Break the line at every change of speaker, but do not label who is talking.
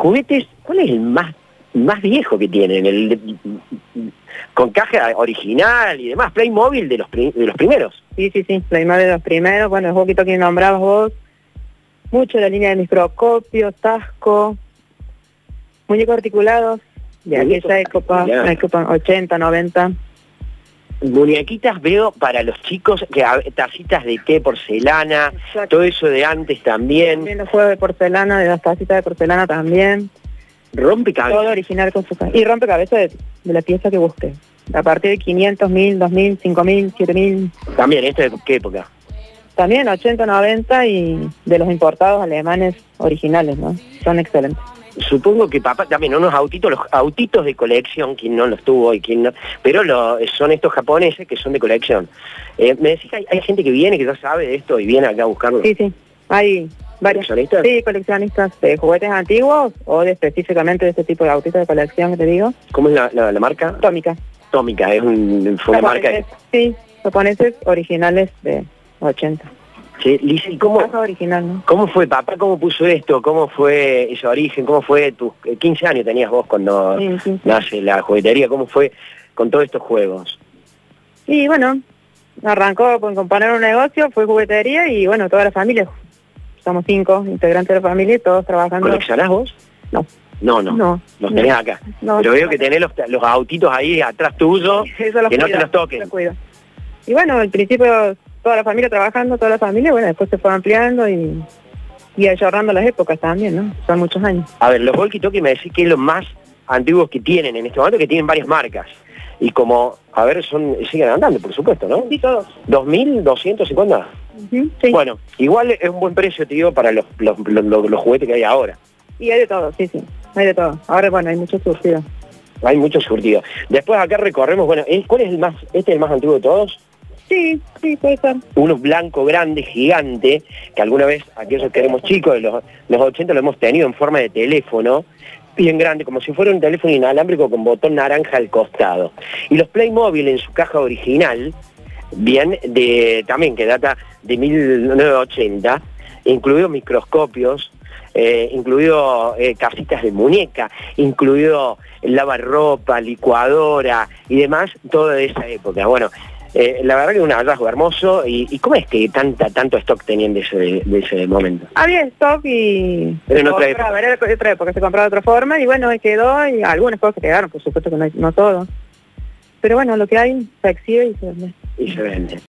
juguetes, ¿cuál es el más más viejo que tienen? El de- con caja original y demás, Playmobil de los pri- de los primeros.
Sí, sí, sí, la imagen de los primeros, bueno, el poquito que nombrabas vos, mucho la línea de microscopio, tasco, muñecos articulados, de
Muñecos
aquella época,
articulados.
época 80, 90.
Muñequitas veo para los chicos, que a- tacitas de té, porcelana, todo eso de antes también.
También los juegos de porcelana, de las tacitas de porcelana también. Todo
Rompecabezas.
original con su ca- Y rompecabezas de, de la pieza que busque. A partir de 500, 1000, 2000, 5000, 7000,
También, ¿esto de qué época?
también 80, 90 y de los importados alemanes originales, ¿no? Son excelentes.
Supongo que papá también unos autitos, los autitos de colección, quien no los tuvo y quien no, pero lo- son estos japoneses que son de colección. Eh, me decís que hay, hay gente que viene, que ya sabe de esto y viene acá a buscarlo.
Sí, sí, hay varios.
¿Coleccionistas?
Sí, coleccionistas de juguetes antiguos o de específicamente de este tipo de autitos de colección que te digo,
¿Cómo es la, la- la marca?
atómica.
Atómica, es un- fue una marca. de-
Sí, japoneses originales de 80.
Che, Liz, ¿y cómo,
Caja original, ¿no?
cómo fue papá? ¿Cómo puso esto? ¿Cómo fue ese origen? ¿Cómo fue tus eh, 15 años tenías vos cuando
Sí, sí.
nace la juguetería? ¿Cómo fue con todos estos juegos?
Y bueno, arrancó con comparar un negocio, fue juguetería y bueno, toda la familia. Somos cinco integrantes de la familia y todos trabajando.
¿Coleccionás vos?
No.
No, no.
No,
los
no.
tenés acá.
No.
Pero veo que tenés los, los autitos ahí atrás tuyo.
Eso los
que no
cuido,
te los toquen.
los cuido. Y bueno, al principio toda la familia trabajando, toda la familia, bueno, después se fue ampliando y, y ahorrando las épocas también, ¿no? Son muchos años.
A ver, los walkie talkie me decís que es los más antiguos que tienen en este momento, que tienen varias marcas. Y como, a ver, son siguen andando, por supuesto, ¿no?
Sí, todos.
2.250.
Ujú, sí.
Bueno, igual es un buen precio, te digo, para los, los, los- los- los juguetes que hay ahora.
Y hay de todo, sí, sí. Hay de todo. Ahora, bueno, hay muchos surgidos.
Hay mucho surtido. Después acá recorremos, bueno, ¿eh? ¿cuál es el más, este es el más antiguo de todos?
Sí, sí, puede ser.
Uno blanco, grande, gigante, que alguna vez aquellos que éramos chicos, de los, los 80 lo hemos tenido en forma de teléfono, bien grande, como si fuera un teléfono inalámbrico con botón naranja al costado. Y los Playmobil en su caja original, bien, de también que data de 1980, incluidos microscopios, eh, incluido eh, casitas de muñeca, incluido lavarropa, licuadora y demás, todo de esa época. Bueno, eh, la verdad que es un hallazgo hermoso y, y ¿cómo es que tanta, tanto stock tenían de ese, de ese momento?
Había stock y
Pero en
se
otra
compraba, era de otra época, se compraba de otra forma y bueno, ahí quedó y algunas cosas quedaron, por supuesto que no, no todo. Pero bueno, lo que hay se exhibe y se vende.
Y se vende.